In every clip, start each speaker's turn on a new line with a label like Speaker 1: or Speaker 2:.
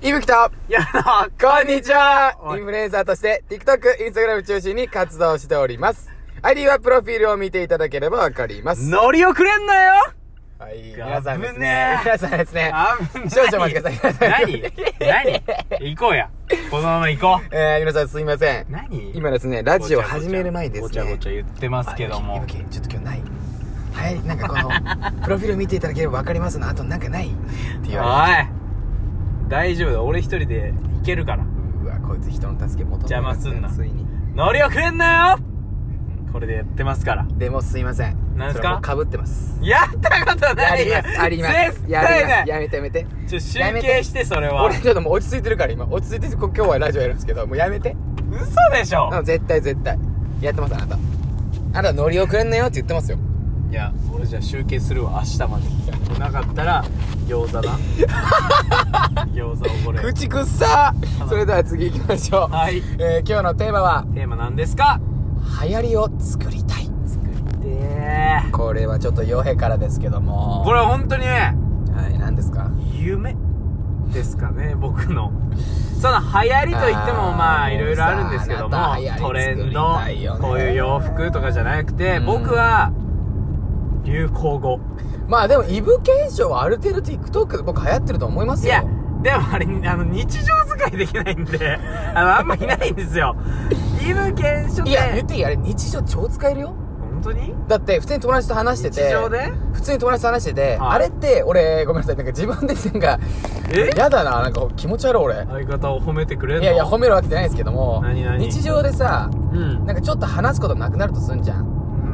Speaker 1: いぶきと、
Speaker 2: やだ
Speaker 1: こんにちは
Speaker 2: おい
Speaker 1: インフルエンサーとして、TikTok、Instagram 中心に活動しております。ID はプロフィールを見ていただければわかります。
Speaker 2: ノリをくれんなよ
Speaker 1: はい、皆さんです
Speaker 2: 危ね
Speaker 1: ね
Speaker 2: え。
Speaker 1: 皆さんですね。
Speaker 2: あん
Speaker 1: 少々お待ちください
Speaker 2: 何何行こうや。このまま行こう。
Speaker 1: えー、皆さんすいません。
Speaker 2: 何
Speaker 1: 今ですね、ラジオ始める前にですね。
Speaker 2: ごちゃごちゃ言ってますけど
Speaker 1: い
Speaker 2: も
Speaker 1: ぶ。き、ちょっと今日ない。はい、なんかこ の、プロフィール見ていただければわかりますの、あとなんかないって
Speaker 2: おい
Speaker 1: 言われて。
Speaker 2: 大丈夫だ。俺一人で行けるから。
Speaker 1: うわ、こいつ人の助け求めて
Speaker 2: 邪魔すんな
Speaker 1: ついに。
Speaker 2: ノリをくれんなよこれでやってますから。
Speaker 1: でもすいません。
Speaker 2: なんすか
Speaker 1: かぶってます。
Speaker 2: やった こと
Speaker 1: や
Speaker 2: ない
Speaker 1: り
Speaker 2: や
Speaker 1: ます、あります。
Speaker 2: 絶
Speaker 1: やりま
Speaker 2: 対
Speaker 1: す。
Speaker 2: ない
Speaker 1: やめてやめて。
Speaker 2: ちょ、集計して、それは。
Speaker 1: 俺ちょっともう落ち着いてるから今。落ち着いてて、こ今日はラジオやるんですけど、もうやめて。
Speaker 2: 嘘でしょ
Speaker 1: あの絶対絶対。やってます、あなた。あなたノリをくれんなよって言ってますよ。
Speaker 2: いや、俺じゃあ集計するわ、明日まで。なかったら、餃子だ。 餃子をこれ。
Speaker 1: 口くっさーそれでは次行きましょう。
Speaker 2: はい
Speaker 1: えー、今日のテーマは、
Speaker 2: テーマなんですか
Speaker 1: 流行りを作りたい。
Speaker 2: でー。
Speaker 1: これはちょっと傭兵からですけども。
Speaker 2: これは本当にね、
Speaker 1: はい、何ですか
Speaker 2: 夢ですかね、僕の。その、流行りといって
Speaker 1: あ
Speaker 2: も、
Speaker 1: ー
Speaker 2: まあ、
Speaker 1: もう
Speaker 2: い
Speaker 1: さ
Speaker 2: ろいろあるんですけども
Speaker 1: あなた流行り、
Speaker 2: トレン
Speaker 1: 作りたいよ
Speaker 2: ド、
Speaker 1: ね
Speaker 2: こういう洋服とかじゃなくて、
Speaker 1: うん
Speaker 2: 僕は、流行語。
Speaker 1: まあでも、イブ検証はある程度 TikTok で僕流行ってると思います
Speaker 2: い
Speaker 1: よ。
Speaker 2: や、でもあれ、あの、日常使いできないんで、 あの、あんまいないんですよ。イブ検証
Speaker 1: いや、言
Speaker 2: で
Speaker 1: っ、ていいあれ日常超使えるよ。
Speaker 2: 本当に
Speaker 1: だって普通に友達と話してて
Speaker 2: 日常で
Speaker 1: 普通に友達と話してて、
Speaker 2: はい
Speaker 1: あれって俺ごめんなさいなんか自分でなんか
Speaker 2: え
Speaker 1: やだななんか気持ち悪い俺
Speaker 2: 相方を褒めてくれるの
Speaker 1: いやいや褒めるわけじゃないですけども
Speaker 2: 何々
Speaker 1: 日常でさ
Speaker 2: うん。
Speaker 1: なんかちょっと話すことなくなるとすんじゃん、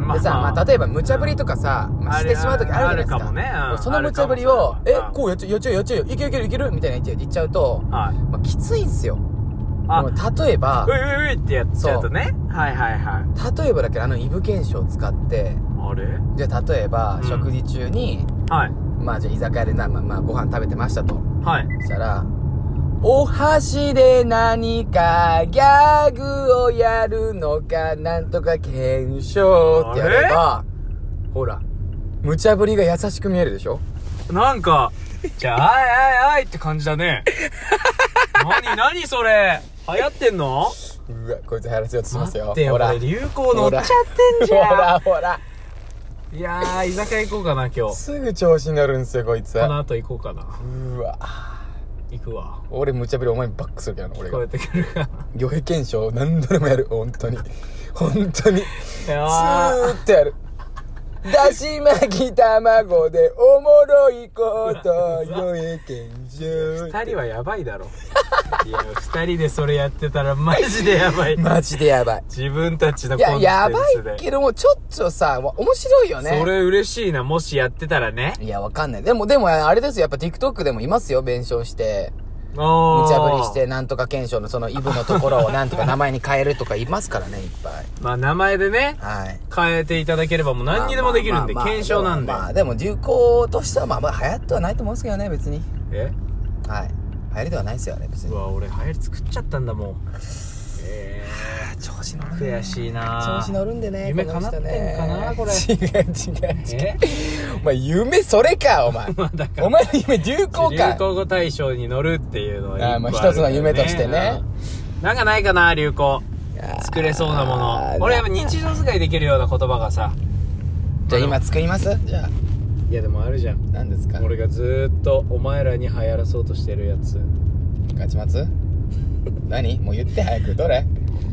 Speaker 2: ま
Speaker 1: でさ、まあ、例えば無茶ぶりとかさ、まあ、
Speaker 2: あ
Speaker 1: し
Speaker 2: る
Speaker 1: てしまう時あるじゃないですか
Speaker 2: あるかもねうん
Speaker 1: 俺その無茶ぶりを
Speaker 2: あ
Speaker 1: 「
Speaker 2: る
Speaker 1: え
Speaker 2: かも
Speaker 1: こうやっちゃうやっちゃうやっちゃういけるいけるいける」みたいな言っちゃう言っちゃうと、
Speaker 2: はい。
Speaker 1: まあ、きついんすよ
Speaker 2: あ、う
Speaker 1: でも例えば
Speaker 2: いういういってやっちゃうとね。はいはいはい。
Speaker 1: 例えばだけどあのイブ検証を使って
Speaker 2: あれ
Speaker 1: じゃあ例えば、
Speaker 2: うん
Speaker 1: 食事中に
Speaker 2: はい。
Speaker 1: まあじゃあ居酒屋でな、まあ、まあご飯食べてましたと。
Speaker 2: はい。
Speaker 1: そしたら、お箸で何かギャグをやるのかなんとか検証ってやれば、ほら、無茶ぶりが優しく見えるでしょ
Speaker 2: なんか、じゃあ、あいあいあいって感じだね。 なになにそれ流行ってんの
Speaker 1: うわ、こいつ流行らせようとしますよ。
Speaker 2: 待ってよ、
Speaker 1: ほら。
Speaker 2: 俺流行乗っちゃってんじ
Speaker 1: ほ
Speaker 2: ゃ
Speaker 1: らほら。
Speaker 2: ん。いやー、居酒屋行こうかな、今日。
Speaker 1: すぐ調子に乗るんですよ、こいつ。
Speaker 2: こ
Speaker 1: う
Speaker 2: の後行こうかな。
Speaker 1: わ。
Speaker 2: 行くわ。
Speaker 1: 俺無茶ぶりお前にバックするからな、俺
Speaker 2: 聞こ
Speaker 1: が
Speaker 2: え。てくるかな。
Speaker 1: 魚兵検証何度でもやる、本当に。本当に。
Speaker 2: い
Speaker 1: ず
Speaker 2: やー
Speaker 1: ーっとやる。だし巻き卵でおもろいこと、よえけんじゅ
Speaker 2: 二人はやばいだろ。いや、二人でそれやってたらマジでやばい。
Speaker 1: マジでや ばい。
Speaker 2: 自分たちの
Speaker 1: い
Speaker 2: コ
Speaker 1: や、
Speaker 2: ンテ
Speaker 1: やば
Speaker 2: ンツで。
Speaker 1: いけども、ちょっとさ、わ面白いよね。
Speaker 2: それ嬉しいな、もしやってたらね。
Speaker 1: いや、わかんない。でも、でも、あれですよ。やっぱ TikTok でもいますよ。弁償して。
Speaker 2: おー
Speaker 1: 無茶ぶりして、なんとか検証のそのイブのところをなんとか名前に変えるとかいますからね、いっぱい。
Speaker 2: まあ、名前でね、
Speaker 1: はい。
Speaker 2: 変えていただければもう何にでもできるんで、
Speaker 1: まあまあまあまあ
Speaker 2: 検証なんで。
Speaker 1: まあ、でも流行としては、まあまあ流行ってはないと思うんですけどね、別に。
Speaker 2: え
Speaker 1: はい。流行りではないですよね、別
Speaker 2: う
Speaker 1: に。
Speaker 2: わ、俺流行り作っちゃったんだもん。え
Speaker 1: 調子乗
Speaker 2: ー、
Speaker 1: るね。
Speaker 2: 悔しいな
Speaker 1: 調子乗るんでね。
Speaker 2: 夢
Speaker 1: この
Speaker 2: 叶
Speaker 1: 人
Speaker 2: ってん
Speaker 1: ね
Speaker 2: か な、これ。
Speaker 1: 違う違う違う
Speaker 2: え。
Speaker 1: お前、夢それか、お前。
Speaker 2: まあ、だから
Speaker 1: お。前の夢流行か。
Speaker 2: 流行語大賞に乗るっていうのは個
Speaker 1: あーまあ
Speaker 2: るけど
Speaker 1: 一つの夢としてね
Speaker 2: うんなんかないかな流行
Speaker 1: いやー
Speaker 2: 作れそうなも
Speaker 1: あー
Speaker 2: の俺やっぱ日常使いできるような言葉がさ
Speaker 1: じゃあ今作りますじゃあ、
Speaker 2: いやでもあるじゃん
Speaker 1: 何ですか
Speaker 2: 俺がずーっとお前らに流行らそうとしてるやつ
Speaker 1: ガチマツ何もう言って早く。どれ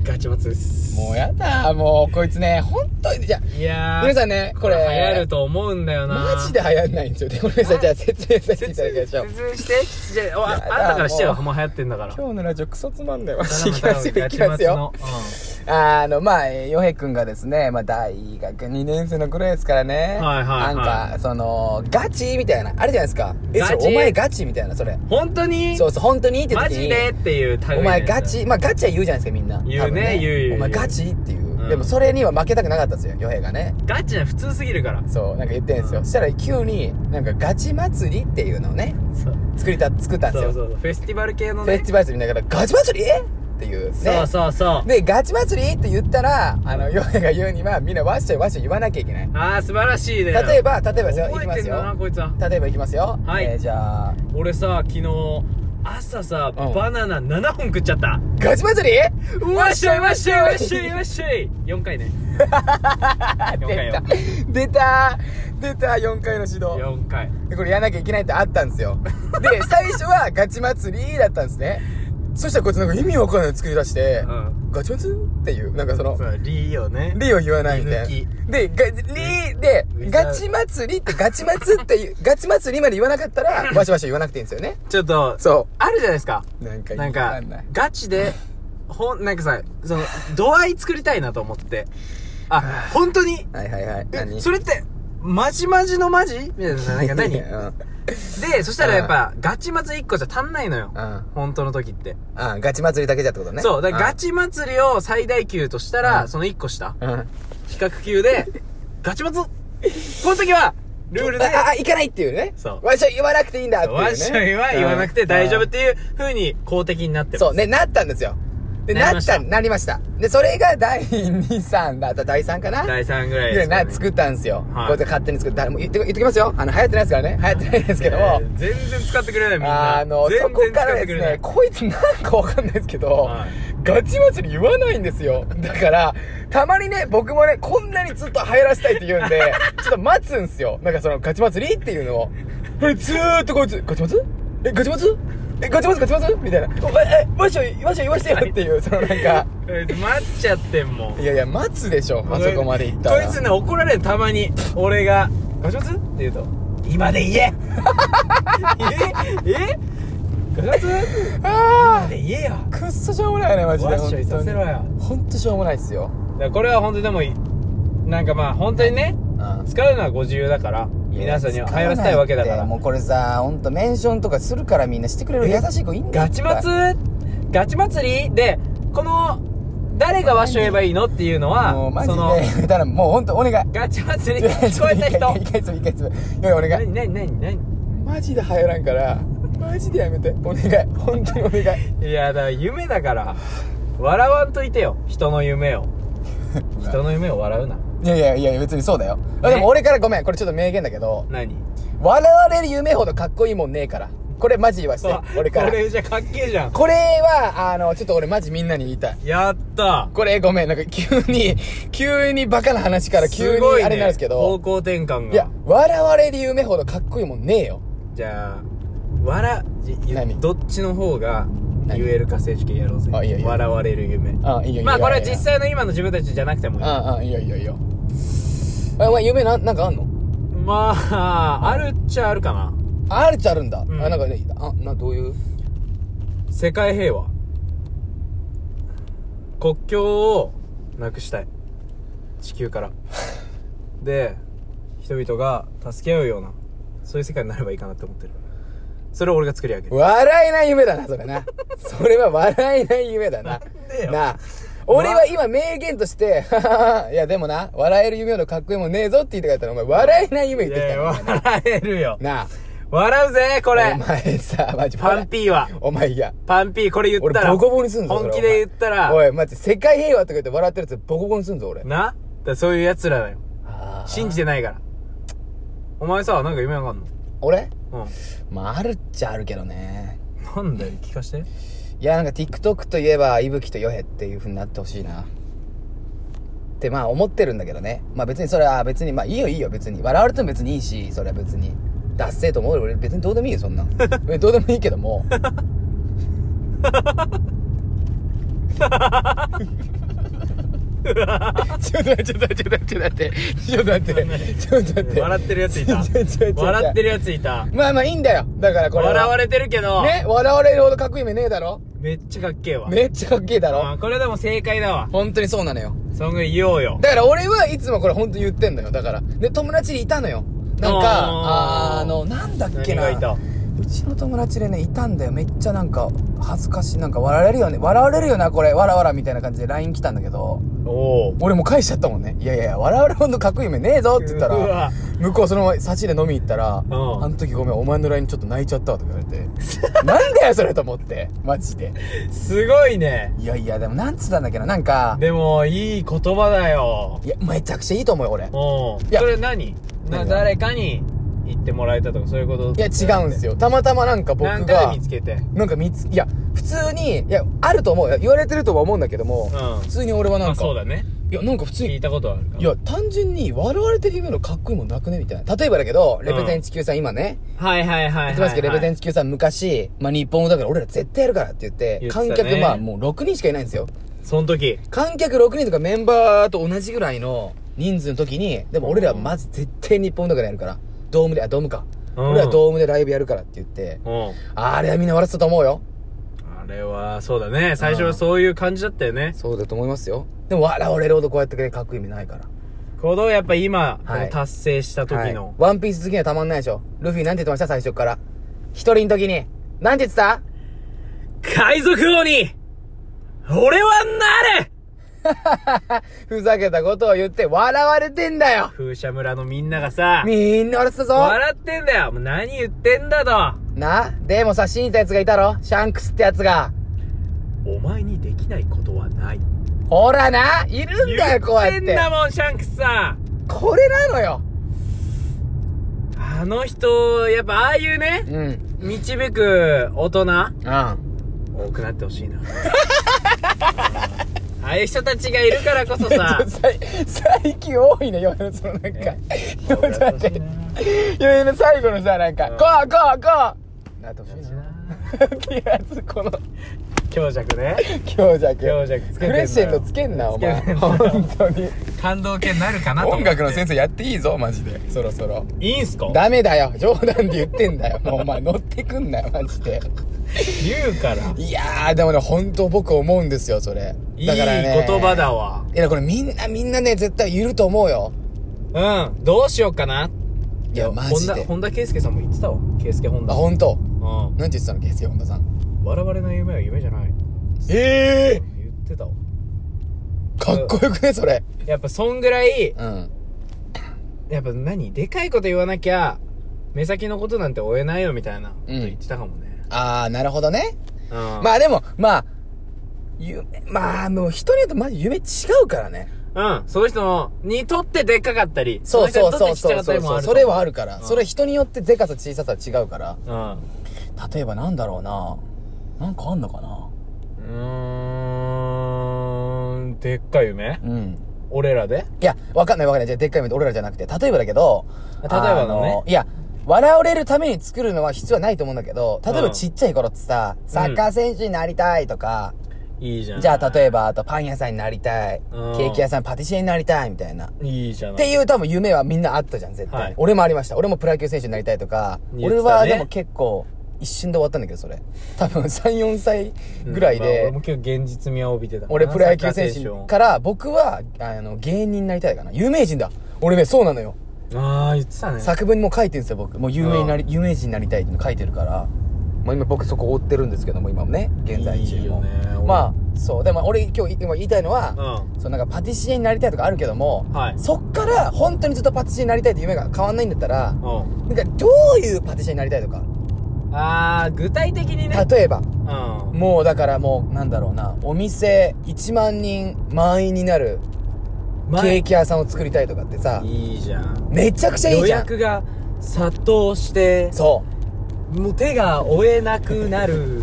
Speaker 2: ガチバツです
Speaker 1: もうやだ、もう、こいつね、ほんとに、じゃあ、
Speaker 2: いやー
Speaker 1: 皆さんね、これ。
Speaker 2: 流行ると思うんだよな
Speaker 1: マジで流行んないんですよ。で、ごめんなさい、じゃあ説明させていただきましょう。
Speaker 2: 説明してじゃあおああ
Speaker 1: やだ
Speaker 2: んたからしてよ
Speaker 1: もう
Speaker 2: もう流行ってんだから
Speaker 1: 今日のラジオクソつまんないわ。
Speaker 2: 頼
Speaker 1: い
Speaker 2: む
Speaker 1: きます
Speaker 2: 頼む
Speaker 1: よ、いきますよ。
Speaker 2: ガチバツ
Speaker 1: あの、まあ、えーヨヘ君がですね、まあ、大学2年生の頃ですからね。
Speaker 2: はいはいはい
Speaker 1: なんか、その、ガチみたいな。あれじゃないですか。え、
Speaker 2: ガ
Speaker 1: そ
Speaker 2: チ
Speaker 1: れお前ガチみたいな、それ。
Speaker 2: のうん本当に
Speaker 1: そうそう、本当にって時に。
Speaker 2: マジでっていう類のやつ
Speaker 1: お前ガチ、まあガチは言うじゃないですか、みんな。
Speaker 2: 言うね
Speaker 1: 多分
Speaker 2: 言う言う言う
Speaker 1: お前ガチっていう、
Speaker 2: うん
Speaker 1: でもそれには負けたくなかったんですよ、ヨヘがね。
Speaker 2: ガチな普通すぎるから
Speaker 1: そう、なんか言ってんですよ。
Speaker 2: うん
Speaker 1: そしたら急に、なんかガチ祭りっていうのをね、
Speaker 2: そう
Speaker 1: 作りた、作ったんです
Speaker 2: そ
Speaker 1: よ。
Speaker 2: うそうそうフェスティバル系の
Speaker 1: フェ
Speaker 2: ね
Speaker 1: スティバルみたいながら、ガチ祭りっていうね。
Speaker 2: そうそうそう
Speaker 1: で、ガチ祭りって言ったら、あの、ヨヘが言うには、みんなわっしょいわっしょい言わなきゃいけない。
Speaker 2: ああ素晴らしいね
Speaker 1: 例えば、例えばですよ、い
Speaker 2: 覚
Speaker 1: き
Speaker 2: え
Speaker 1: ま
Speaker 2: て
Speaker 1: す
Speaker 2: んだな
Speaker 1: よ。
Speaker 2: こいつは
Speaker 1: 例えばいきますよ。
Speaker 2: はい
Speaker 1: えーじゃあ、
Speaker 2: 俺さ昨日朝さ、
Speaker 1: うん
Speaker 2: バナナ7本食っちゃった
Speaker 1: ガチ 祭り
Speaker 2: わっしょいわっしょいわっしょいわっしょい4回ね
Speaker 1: 出
Speaker 2: 4回よ
Speaker 1: た出た出た4回の指導
Speaker 2: 4回
Speaker 1: でこれやらなきゃいけないってあったんですよ で最初はガチ祭りだったんですねそしたらこいつなんか意味わかんないの作り出して、
Speaker 2: うん
Speaker 1: ガチ祭りっていうなんかその
Speaker 2: そうリーよね
Speaker 1: リを言わないみたいな
Speaker 2: リ抜
Speaker 1: でガリで
Speaker 2: ウィザー
Speaker 1: ガチ祭りってガチ祭りっていう ガチ祭りまで言わなかったらわしわし言わなくていいんですよね
Speaker 2: ちょっと
Speaker 1: そ
Speaker 2: あるじゃないですか
Speaker 1: うなんか
Speaker 2: なん
Speaker 1: わ
Speaker 2: か
Speaker 1: ない
Speaker 2: ガチでほんなんかさその度合い作りたいなと思ってあ本当に
Speaker 1: はいはいはい
Speaker 2: え
Speaker 1: 何
Speaker 2: それってマジマジのマジみたいななんか 何
Speaker 1: うんうん
Speaker 2: でそしたらやっぱガチ祭り1個じゃ足んないのよ
Speaker 1: あ
Speaker 2: 本当の時って
Speaker 1: ガチ祭りだけじゃってことね
Speaker 2: そうだからガ
Speaker 1: チ
Speaker 2: チ祭りを最大級とした
Speaker 1: う
Speaker 2: ら
Speaker 1: ん
Speaker 2: その1個下
Speaker 1: うんあ
Speaker 2: 比較級でガチ祭この時はルールで
Speaker 1: ああ行かないっていうね
Speaker 2: そう
Speaker 1: わしは言わなくていいんだっていうね
Speaker 2: ワンショイは言わなくて大丈夫っていう風に公的になってます
Speaker 1: そうね、なったんですよ。で、
Speaker 2: なり
Speaker 1: な
Speaker 2: ま
Speaker 1: っ
Speaker 2: した
Speaker 1: た、なりました。で、それが第2、3だった、第3かな
Speaker 2: 第3ぐら
Speaker 1: ぐら
Speaker 2: いで
Speaker 1: い
Speaker 2: すか
Speaker 1: な、
Speaker 2: ね
Speaker 1: 作ったんですよ。
Speaker 2: は
Speaker 1: こ
Speaker 2: い
Speaker 1: うやって勝手に作って、誰も言って、言っときますよ。あの、流行ってないですからね。流行ってないですけど
Speaker 2: え
Speaker 1: も。
Speaker 2: ー全然使ってくれないみんな
Speaker 1: あの、
Speaker 2: 全
Speaker 1: そ
Speaker 2: 然
Speaker 1: こか
Speaker 2: 使っ
Speaker 1: ら
Speaker 2: て
Speaker 1: で
Speaker 2: く
Speaker 1: す
Speaker 2: れな
Speaker 1: ね
Speaker 2: い、
Speaker 1: こいつなんかわかんないですけど
Speaker 2: はい、
Speaker 1: ガチ祭り言わないんですよ。だから、たまにね、僕もね、こんなにずっと流行らせたいって言うん で、ちょっと待つんすよ。なんかその、ガチ祭りっていうのを。え、ずーっとこいつ、ガチ祭りえ、ガチ祭りえ、ガチ祭りガチ祭りみたいな。おえ、え、わっしょい、わっしょい、わっしょいっていう、そのなんか、いや
Speaker 2: えー待っちゃってんもん
Speaker 1: いや、待つでしょ、あそこまで行ったら。
Speaker 2: こいつね怒られるたまに俺が「ガチャツ?」って言うと「今で言え!え」えガチャツ
Speaker 1: あ
Speaker 2: 今で言えよ
Speaker 1: ー、くっそしょうもないよね、マジ
Speaker 2: ワ
Speaker 1: で。
Speaker 2: ッショイさせろよだか
Speaker 1: ほんとしょうもないっすよ。
Speaker 2: らこれは本当にでもいなんかまあ本当にね
Speaker 1: うん。
Speaker 2: 使うのはご自由だから皆さんには入らせたいわけだから
Speaker 1: もうこれさほんとメンションとかするからみんなしてくれる優しい子いんだよ
Speaker 2: ガチ祭ガチ祭りでこの誰がワッショイ言えばいいのっていうのは
Speaker 1: もうマジ
Speaker 2: その
Speaker 1: でたらもうほんとお願い
Speaker 2: ガチ 祭り聞こえた人
Speaker 1: 一回つぶ一回つぶいやお願い
Speaker 2: 何何何何
Speaker 1: マジで流行らんからマジでやめてお願いほんとにお願い
Speaker 2: いやだから夢だから笑わんといてよ人の 夢を人の夢を笑うない
Speaker 1: やいやいや別にそうだよ、あでも俺からごめんこれちょっと名言だけど
Speaker 2: 何
Speaker 1: 笑われる夢ほどかっこいいもんねえからこれマジ言わせて
Speaker 2: わ
Speaker 1: 俺から
Speaker 2: これじゃかっけえじゃん
Speaker 1: これはあのちょっと俺マジみんなに言いたい
Speaker 2: やった
Speaker 1: これごめん、なんか急 に、急にバカな話から急にあれなんですけ
Speaker 2: 方
Speaker 1: ど、
Speaker 2: 向転換が
Speaker 1: いや、笑われる夢ほどかっこいいもんねえよ。
Speaker 2: じゃあ笑じゆ
Speaker 1: 何
Speaker 2: どっちの方が言えるか選手権やろうぜ
Speaker 1: あいいよいいよ
Speaker 2: 笑われる夢
Speaker 1: あ、いいよいいよ。
Speaker 2: まあこれはい
Speaker 1: やいや
Speaker 2: 実。際の今の自分たちじゃなくてもいい
Speaker 1: ああ、いいよいいよいいよ。あお前夢なん、なんかあんの
Speaker 2: まああるっちゃあるかな
Speaker 1: あるっちゃあるんだ。
Speaker 2: ん
Speaker 1: あ、なんかね、あ、な、どういう
Speaker 2: 世界平和国境をなくしたい地球からで人々が助け合うようなそういう世界になればいいかなって思ってるそれを俺が作り上げる
Speaker 1: 笑えない夢だな、それ な。それは笑えない夢だな。
Speaker 2: でよ
Speaker 1: なあ。俺は今名言として、 はははいやでもな、笑える夢ほどかっこいいもんねえぞって言ってからったら、お前笑えない夢言ってきた
Speaker 2: い
Speaker 1: の
Speaker 2: や
Speaker 1: お前な
Speaker 2: 笑えるよ
Speaker 1: なあ。
Speaker 2: 笑うぜこ
Speaker 1: お
Speaker 2: れ
Speaker 1: 前さ、マジ
Speaker 2: パンピーは
Speaker 1: お前いや。
Speaker 2: パンピーこれ言っ
Speaker 1: 俺
Speaker 2: たら
Speaker 1: ボコボコにすんぞ。それ
Speaker 2: 本気で言ったら
Speaker 1: おい、待って、世界平和とか言って笑ってるやつボコボコにすんぞ、俺。
Speaker 2: なだからそういう奴らだよ
Speaker 1: あー
Speaker 2: 信じてないからお前さなんか夢わかん
Speaker 1: 俺
Speaker 2: の
Speaker 1: まあ、あるっちゃあるけどね。
Speaker 2: うんなんだよ聞かして
Speaker 1: いや、なんか TikTok といえば、いぶきとヨヘっていう風になってほしいな。って、まあ、思ってるんだけどね。まあ、別にそれは、別に、まあ、いいよいいよ、別に。笑われても別にいいし、それは別に。ダッセーと思うよ。俺、別にどうでもいいよ、そんなん別にどうでもいいけども。ちょっと待って、ちょっと待って、ちょっと待って、ちょっと待って、ちょっと待って。
Speaker 2: 笑ってるやついた
Speaker 1: ちょちょちょちょ
Speaker 2: 笑ってるやついた
Speaker 1: まあまあいいんだよ。だからこれは。
Speaker 2: 笑われてるけど、
Speaker 1: ね笑われるほどかっこいい目ねえだろ
Speaker 2: めっちゃかっけえわ。
Speaker 1: めっちゃかっけえだ
Speaker 2: あ
Speaker 1: ろ
Speaker 2: ーこれでも正解だわ。
Speaker 1: 本当にそうなのよ。
Speaker 2: そんぐらい言おうよ。
Speaker 1: だから俺はいつもこれ本当言ってんのよ。だから。で、友達にいたのよ。なんか、あ
Speaker 2: あー
Speaker 1: の、なんだっけ
Speaker 2: 何
Speaker 1: な。
Speaker 2: がいた
Speaker 1: うちの友達でね、いたんだよ。めっちゃなんか、恥ずかしい。なんか笑われるよね。笑われるよな、これ。わらわらみたいな感じで LINE 来たんだけど。
Speaker 2: おお。
Speaker 1: 俺もう返しちゃったもんね。いやいやいや、笑われるほどかっこいい目ねえぞって言った
Speaker 2: う
Speaker 1: ら
Speaker 2: わ、
Speaker 1: 向こうそのまま差しで飲み行ったら、あ
Speaker 2: ん
Speaker 1: の時ごめん、お前の LINE ちょっと泣いちゃったわとか言われて。 なんだよ、それと思って。マジで。
Speaker 2: すごいね。
Speaker 1: いやいや、でもなんつったんだっけど、なんか、
Speaker 2: でも、いい言葉だよ。
Speaker 1: いや、めちゃくちゃいいと思うよ、俺。
Speaker 2: おお。
Speaker 1: いや
Speaker 2: それ何な
Speaker 1: 何が
Speaker 2: 誰かに行ってもらえたとかそういうこと
Speaker 1: いや、違うんです
Speaker 2: よ
Speaker 1: よ。たまたまなんか僕
Speaker 2: なんか
Speaker 1: が
Speaker 2: で見、つけて
Speaker 1: なんか見つ、いや、普通に、いや、あると思うよ。言われてるとは思うんだけども、
Speaker 2: うん
Speaker 1: 普通に俺は
Speaker 2: ま
Speaker 1: な
Speaker 2: あ
Speaker 1: んか、
Speaker 2: そうだね
Speaker 1: いや、なんか普通
Speaker 2: 聞
Speaker 1: に、
Speaker 2: いたことはあるか
Speaker 1: いや、単純に笑われてる夢のかっこいいもんなくねみたいな。例えばだけど、レペゼン地球さん今ね、
Speaker 2: はいはいはいはい
Speaker 1: 言ってますけど、レペゼン
Speaker 2: チ
Speaker 1: 地球さん昔、まあ日本語だから俺ら絶対やるからって言って、
Speaker 2: 言ってた
Speaker 1: 観
Speaker 2: ね
Speaker 1: 客まあもう6人しかいないんですよ。
Speaker 2: その時
Speaker 1: 観客6人とかメンバーと同じぐらいの人数の時に、でも俺らまず絶対日本語だからやるから、ドームで、あ、ドームか。
Speaker 2: うん
Speaker 1: 俺らドームでライブやるからって言って、
Speaker 2: うん
Speaker 1: あれはみんな笑ってたと思うよ。
Speaker 2: あれはそうだね最初はそういう感じだったよね
Speaker 1: そうだと思いますよ。でも笑われるほどこうやってくれるかっこいい意味ないから。
Speaker 2: このやっぱ今こ
Speaker 1: はい
Speaker 2: の達成した時
Speaker 1: はい
Speaker 2: の
Speaker 1: ワンピース好きにはたまんないでしょ。ルフィなんて言ってました最初っから。一人の時に。なんて言ってた
Speaker 2: 海賊王に俺はなれ
Speaker 1: ふざけたことを言って笑われてんだよ
Speaker 2: 風車村のみんながさ
Speaker 1: みんな笑ってたぞ
Speaker 2: 笑ってんだよもう何言ってんだと
Speaker 1: な、でもさ、死にたやつがいたろシャンクスってやつが。
Speaker 2: お前にできないことはない
Speaker 1: ほらな、いるんだよ、こうや
Speaker 2: 言
Speaker 1: っ
Speaker 2: ってん
Speaker 1: て。
Speaker 2: だもんシャンクスさん
Speaker 1: これなのよ。
Speaker 2: あの人やっぱああいうね
Speaker 1: うん。うん。
Speaker 2: 導く大人
Speaker 1: あ
Speaker 2: 多くなって ほしいなああいう人たちがいるからこそさ
Speaker 1: 最最近多いね、夜のそのなんか
Speaker 2: え。
Speaker 1: ちょっ と待って。夜の最後のさ、なんか、
Speaker 2: うん
Speaker 1: こうこうこうなってほしいな。っていうやつ、この。
Speaker 2: 強弱ね
Speaker 1: 強弱
Speaker 2: 強弱つけてんだよ
Speaker 1: クレッシェンドつけんなお前
Speaker 2: つけてんだよ
Speaker 1: 本当に
Speaker 2: 感動系になるかなと思っ
Speaker 1: 音
Speaker 2: て
Speaker 1: 楽の先生やっていいぞマジでそろそろ
Speaker 2: いいんすか
Speaker 1: ダメだよ冗談で言ってんだよもうお前乗ってくんなよマジで
Speaker 2: 言うから
Speaker 1: いやーでもね本当僕思うんですよそれ
Speaker 2: いい言葉だわ
Speaker 1: いやこれみんなみんなね絶対いると思うよ
Speaker 2: うんどうしようかない
Speaker 1: やマジで
Speaker 2: 本田圭佑さんも言ってたわ圭佑本
Speaker 1: あ
Speaker 2: 田
Speaker 1: 本当
Speaker 2: うん
Speaker 1: なんて言ってたのケースよ本田さん
Speaker 2: 我々の夢は夢じゃない
Speaker 1: ええ
Speaker 2: 言ってたわ
Speaker 1: かっこよくねそれ
Speaker 2: やっぱそんぐらい
Speaker 1: うん
Speaker 2: やっぱ何でかいこと言わなきゃ目先のことなんて追えないよみたいなこと言ってたかもね
Speaker 1: ああなるほどね
Speaker 2: うん
Speaker 1: まあでもまあ夢まあもう人によってマジ夢違うからね
Speaker 2: うんその人のにとってでっかかったり
Speaker 1: そうそうそう
Speaker 2: そ
Speaker 1: そ
Speaker 2: の
Speaker 1: うそ
Speaker 2: 人に
Speaker 1: う
Speaker 2: とってちっちゃかったりもあると
Speaker 1: それはあるから、
Speaker 2: うん
Speaker 1: それ人によってでかさ小ささ違うから
Speaker 2: うん
Speaker 1: 例えばなんだろうななんかあんのかな
Speaker 2: うーん、でっかい夢
Speaker 1: うん
Speaker 2: 俺らで
Speaker 1: いやわかんないわかんないじゃあでっかい目で俺らじゃなくて例えばだけど
Speaker 2: 例えばのね
Speaker 1: あいや笑われるために作るのは必要はないと思うんだけど例え
Speaker 2: う
Speaker 1: ば
Speaker 2: ん
Speaker 1: ちっちゃい頃ってさ、サッカー選手になりたいとか、
Speaker 2: いいじゃん。
Speaker 1: じゃあ例
Speaker 2: え
Speaker 1: えばあとパン屋さんになりたい、
Speaker 2: うん
Speaker 1: ケーキ屋さんパティシエになりたいみたいな
Speaker 2: ば。いいじゃん。
Speaker 1: っていう多分夢はみんなあったじゃん、絶対。
Speaker 2: はい
Speaker 1: 俺もありました。俺もプロ野球選手になりたいとか、
Speaker 2: 言ってたね
Speaker 1: 俺はでも結構一瞬で終わったんだけど、それ。多分3、4歳ぐらいで、
Speaker 2: うんまあ俺も今日現実味を帯びてた。
Speaker 1: 俺プロ野球選
Speaker 2: サッカー青
Speaker 1: 手
Speaker 2: 春
Speaker 1: から、僕は、あの、芸人になりたいかな。有名人だ。俺ね、そうなのよ。
Speaker 2: ああ、言ってたね。
Speaker 1: 作文にも書いてるんですよ、僕。もう有名になり、有名人になりたいっていうの書いてるから。まあ今僕そこ追ってるんですけども、今もね、現在
Speaker 2: いい
Speaker 1: 中
Speaker 2: よ
Speaker 1: も。
Speaker 2: ね
Speaker 1: まあ、そう。でも俺今日今言いたいのは、
Speaker 2: うん。
Speaker 1: そのなんかパティシエになりたいとかあるけども、
Speaker 2: はい
Speaker 1: そっから本当にずっとパティシエになりたいって夢が変わんないんだったら、
Speaker 2: うん。
Speaker 1: なんかどういうパティシエになりたいとか、
Speaker 2: ああ、具体的にね。
Speaker 1: 例えば、
Speaker 2: うん。
Speaker 1: もうだからもうなんだろうな、お店1万人満員になるケーキ屋さんを作りたいとかってさ、
Speaker 2: いいじゃん。
Speaker 1: めちゃくちゃいい
Speaker 2: 予
Speaker 1: じゃん。
Speaker 2: 約が殺到して、
Speaker 1: そう。
Speaker 2: もう手が追えなくなる。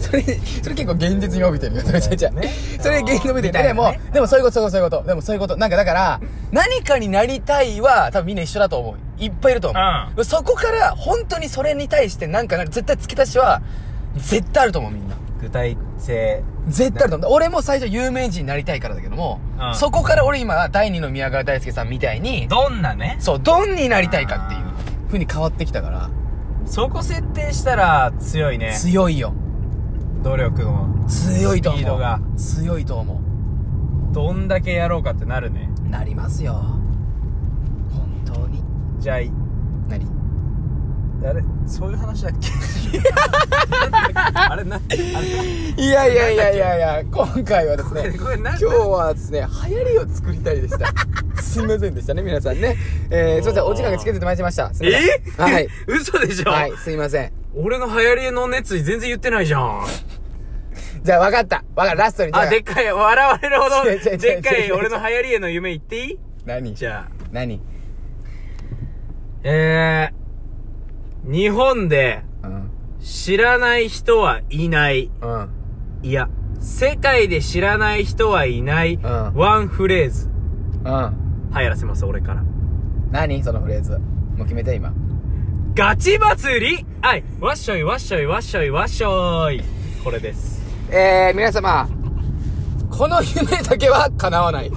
Speaker 1: それ、 それ結構現実に帯びてるよ。それ、ちゃちゃ。
Speaker 2: ね
Speaker 1: それ現実に帯びてる。でも、でもそういうこと、そういうこと、そういうこと。でもそういうこと。なんかだから、何かになりたいは多分みんな一緒だと思う。いっぱいいると思う。そこから本当にそれに対してなんかなる絶対付け足しは、絶対あると思うみんな。
Speaker 2: 具体性。
Speaker 1: 絶対あると思う。俺も最初有名人になりたいからだけども、
Speaker 2: うん
Speaker 1: そこから俺今第二の宮川大輔さんみたいに、
Speaker 2: どんなね
Speaker 1: そう、ドンになりたいかっていう風に変わってきたから、
Speaker 2: そこ設定したら強いね。
Speaker 1: 強いよ。
Speaker 2: 努力の。
Speaker 1: 強いと思う。
Speaker 2: スピードが
Speaker 1: 強いと思う。
Speaker 2: どんだけやろうかってなるね。
Speaker 1: なりますよ本当に
Speaker 2: じゃあ、
Speaker 1: 何
Speaker 2: 誰そういう話だっけあれな、あれ
Speaker 1: いやいやいやいやいや今回はですね
Speaker 2: これ
Speaker 1: 今日はですね流行りを作りたいでした すいませんでしたね皆さんねえー、すいませんお時間が近づいてまいりましたすいません
Speaker 2: え
Speaker 1: はい、
Speaker 2: 嘘でしょ、
Speaker 1: はいすいません
Speaker 2: 俺の流行りの熱意全然言ってないじゃん。
Speaker 1: じゃあ分かった分かったラストにじゃ
Speaker 2: あ、でっかい、笑われるほど、
Speaker 1: 違う違う違う違う
Speaker 2: でっかい俺の流行りへの夢言っていい
Speaker 1: 何
Speaker 2: じゃあ、
Speaker 1: 何
Speaker 2: えー、日本で
Speaker 1: うん。
Speaker 2: 知らない人はいない。
Speaker 1: うん。
Speaker 2: いや、世界で知らない人はいない。
Speaker 1: ん
Speaker 2: ワンフレーズ。
Speaker 1: うん。
Speaker 2: 流行らせます、俺から。
Speaker 1: 何そのフレーズ。もう決めて、今。
Speaker 2: ガチ祭りはい。わっしょいわっしょいわっしょいわっしょい。これです。
Speaker 1: えー、皆様、この夢だけは叶わ ない。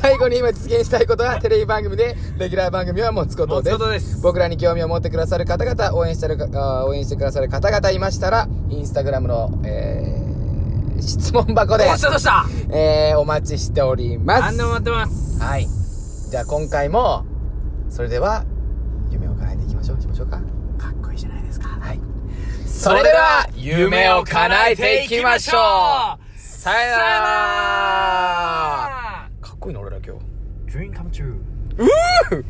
Speaker 1: 最後に今実現したいことは、テレビ番組でレギュラー番組は持つことです。
Speaker 2: 持つことです
Speaker 1: 僕らに興味を持ってくださる方々、応援してるか、あー応援してくださる方々いましたら、インスタグラムの、えー、質問箱で
Speaker 2: ど、うしたどうした
Speaker 1: えー、お待ちしております。
Speaker 2: 何でも待ってます。
Speaker 1: はい。じゃあ今回も、それでは、夢を叶えていきましょう。しましょうか。
Speaker 2: かっこいいじゃないですか。
Speaker 1: はい。それでは、夢を叶えていきましょうさよならかっこいいな、俺ら今日。
Speaker 2: Dream come true.
Speaker 1: うー